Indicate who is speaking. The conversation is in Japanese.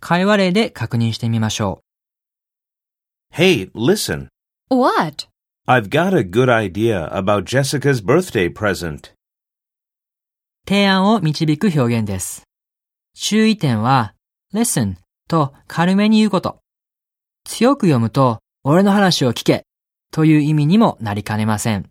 Speaker 1: 会話例で確認してみましょ
Speaker 2: Hey, listen.
Speaker 3: What?
Speaker 2: I've got a good idea about Jessica's birthday present.
Speaker 1: う。提案を導く表現です。注意点は、listen と軽めに言うこと。強く読むと、俺の話を聞けという意味にもなりかねません。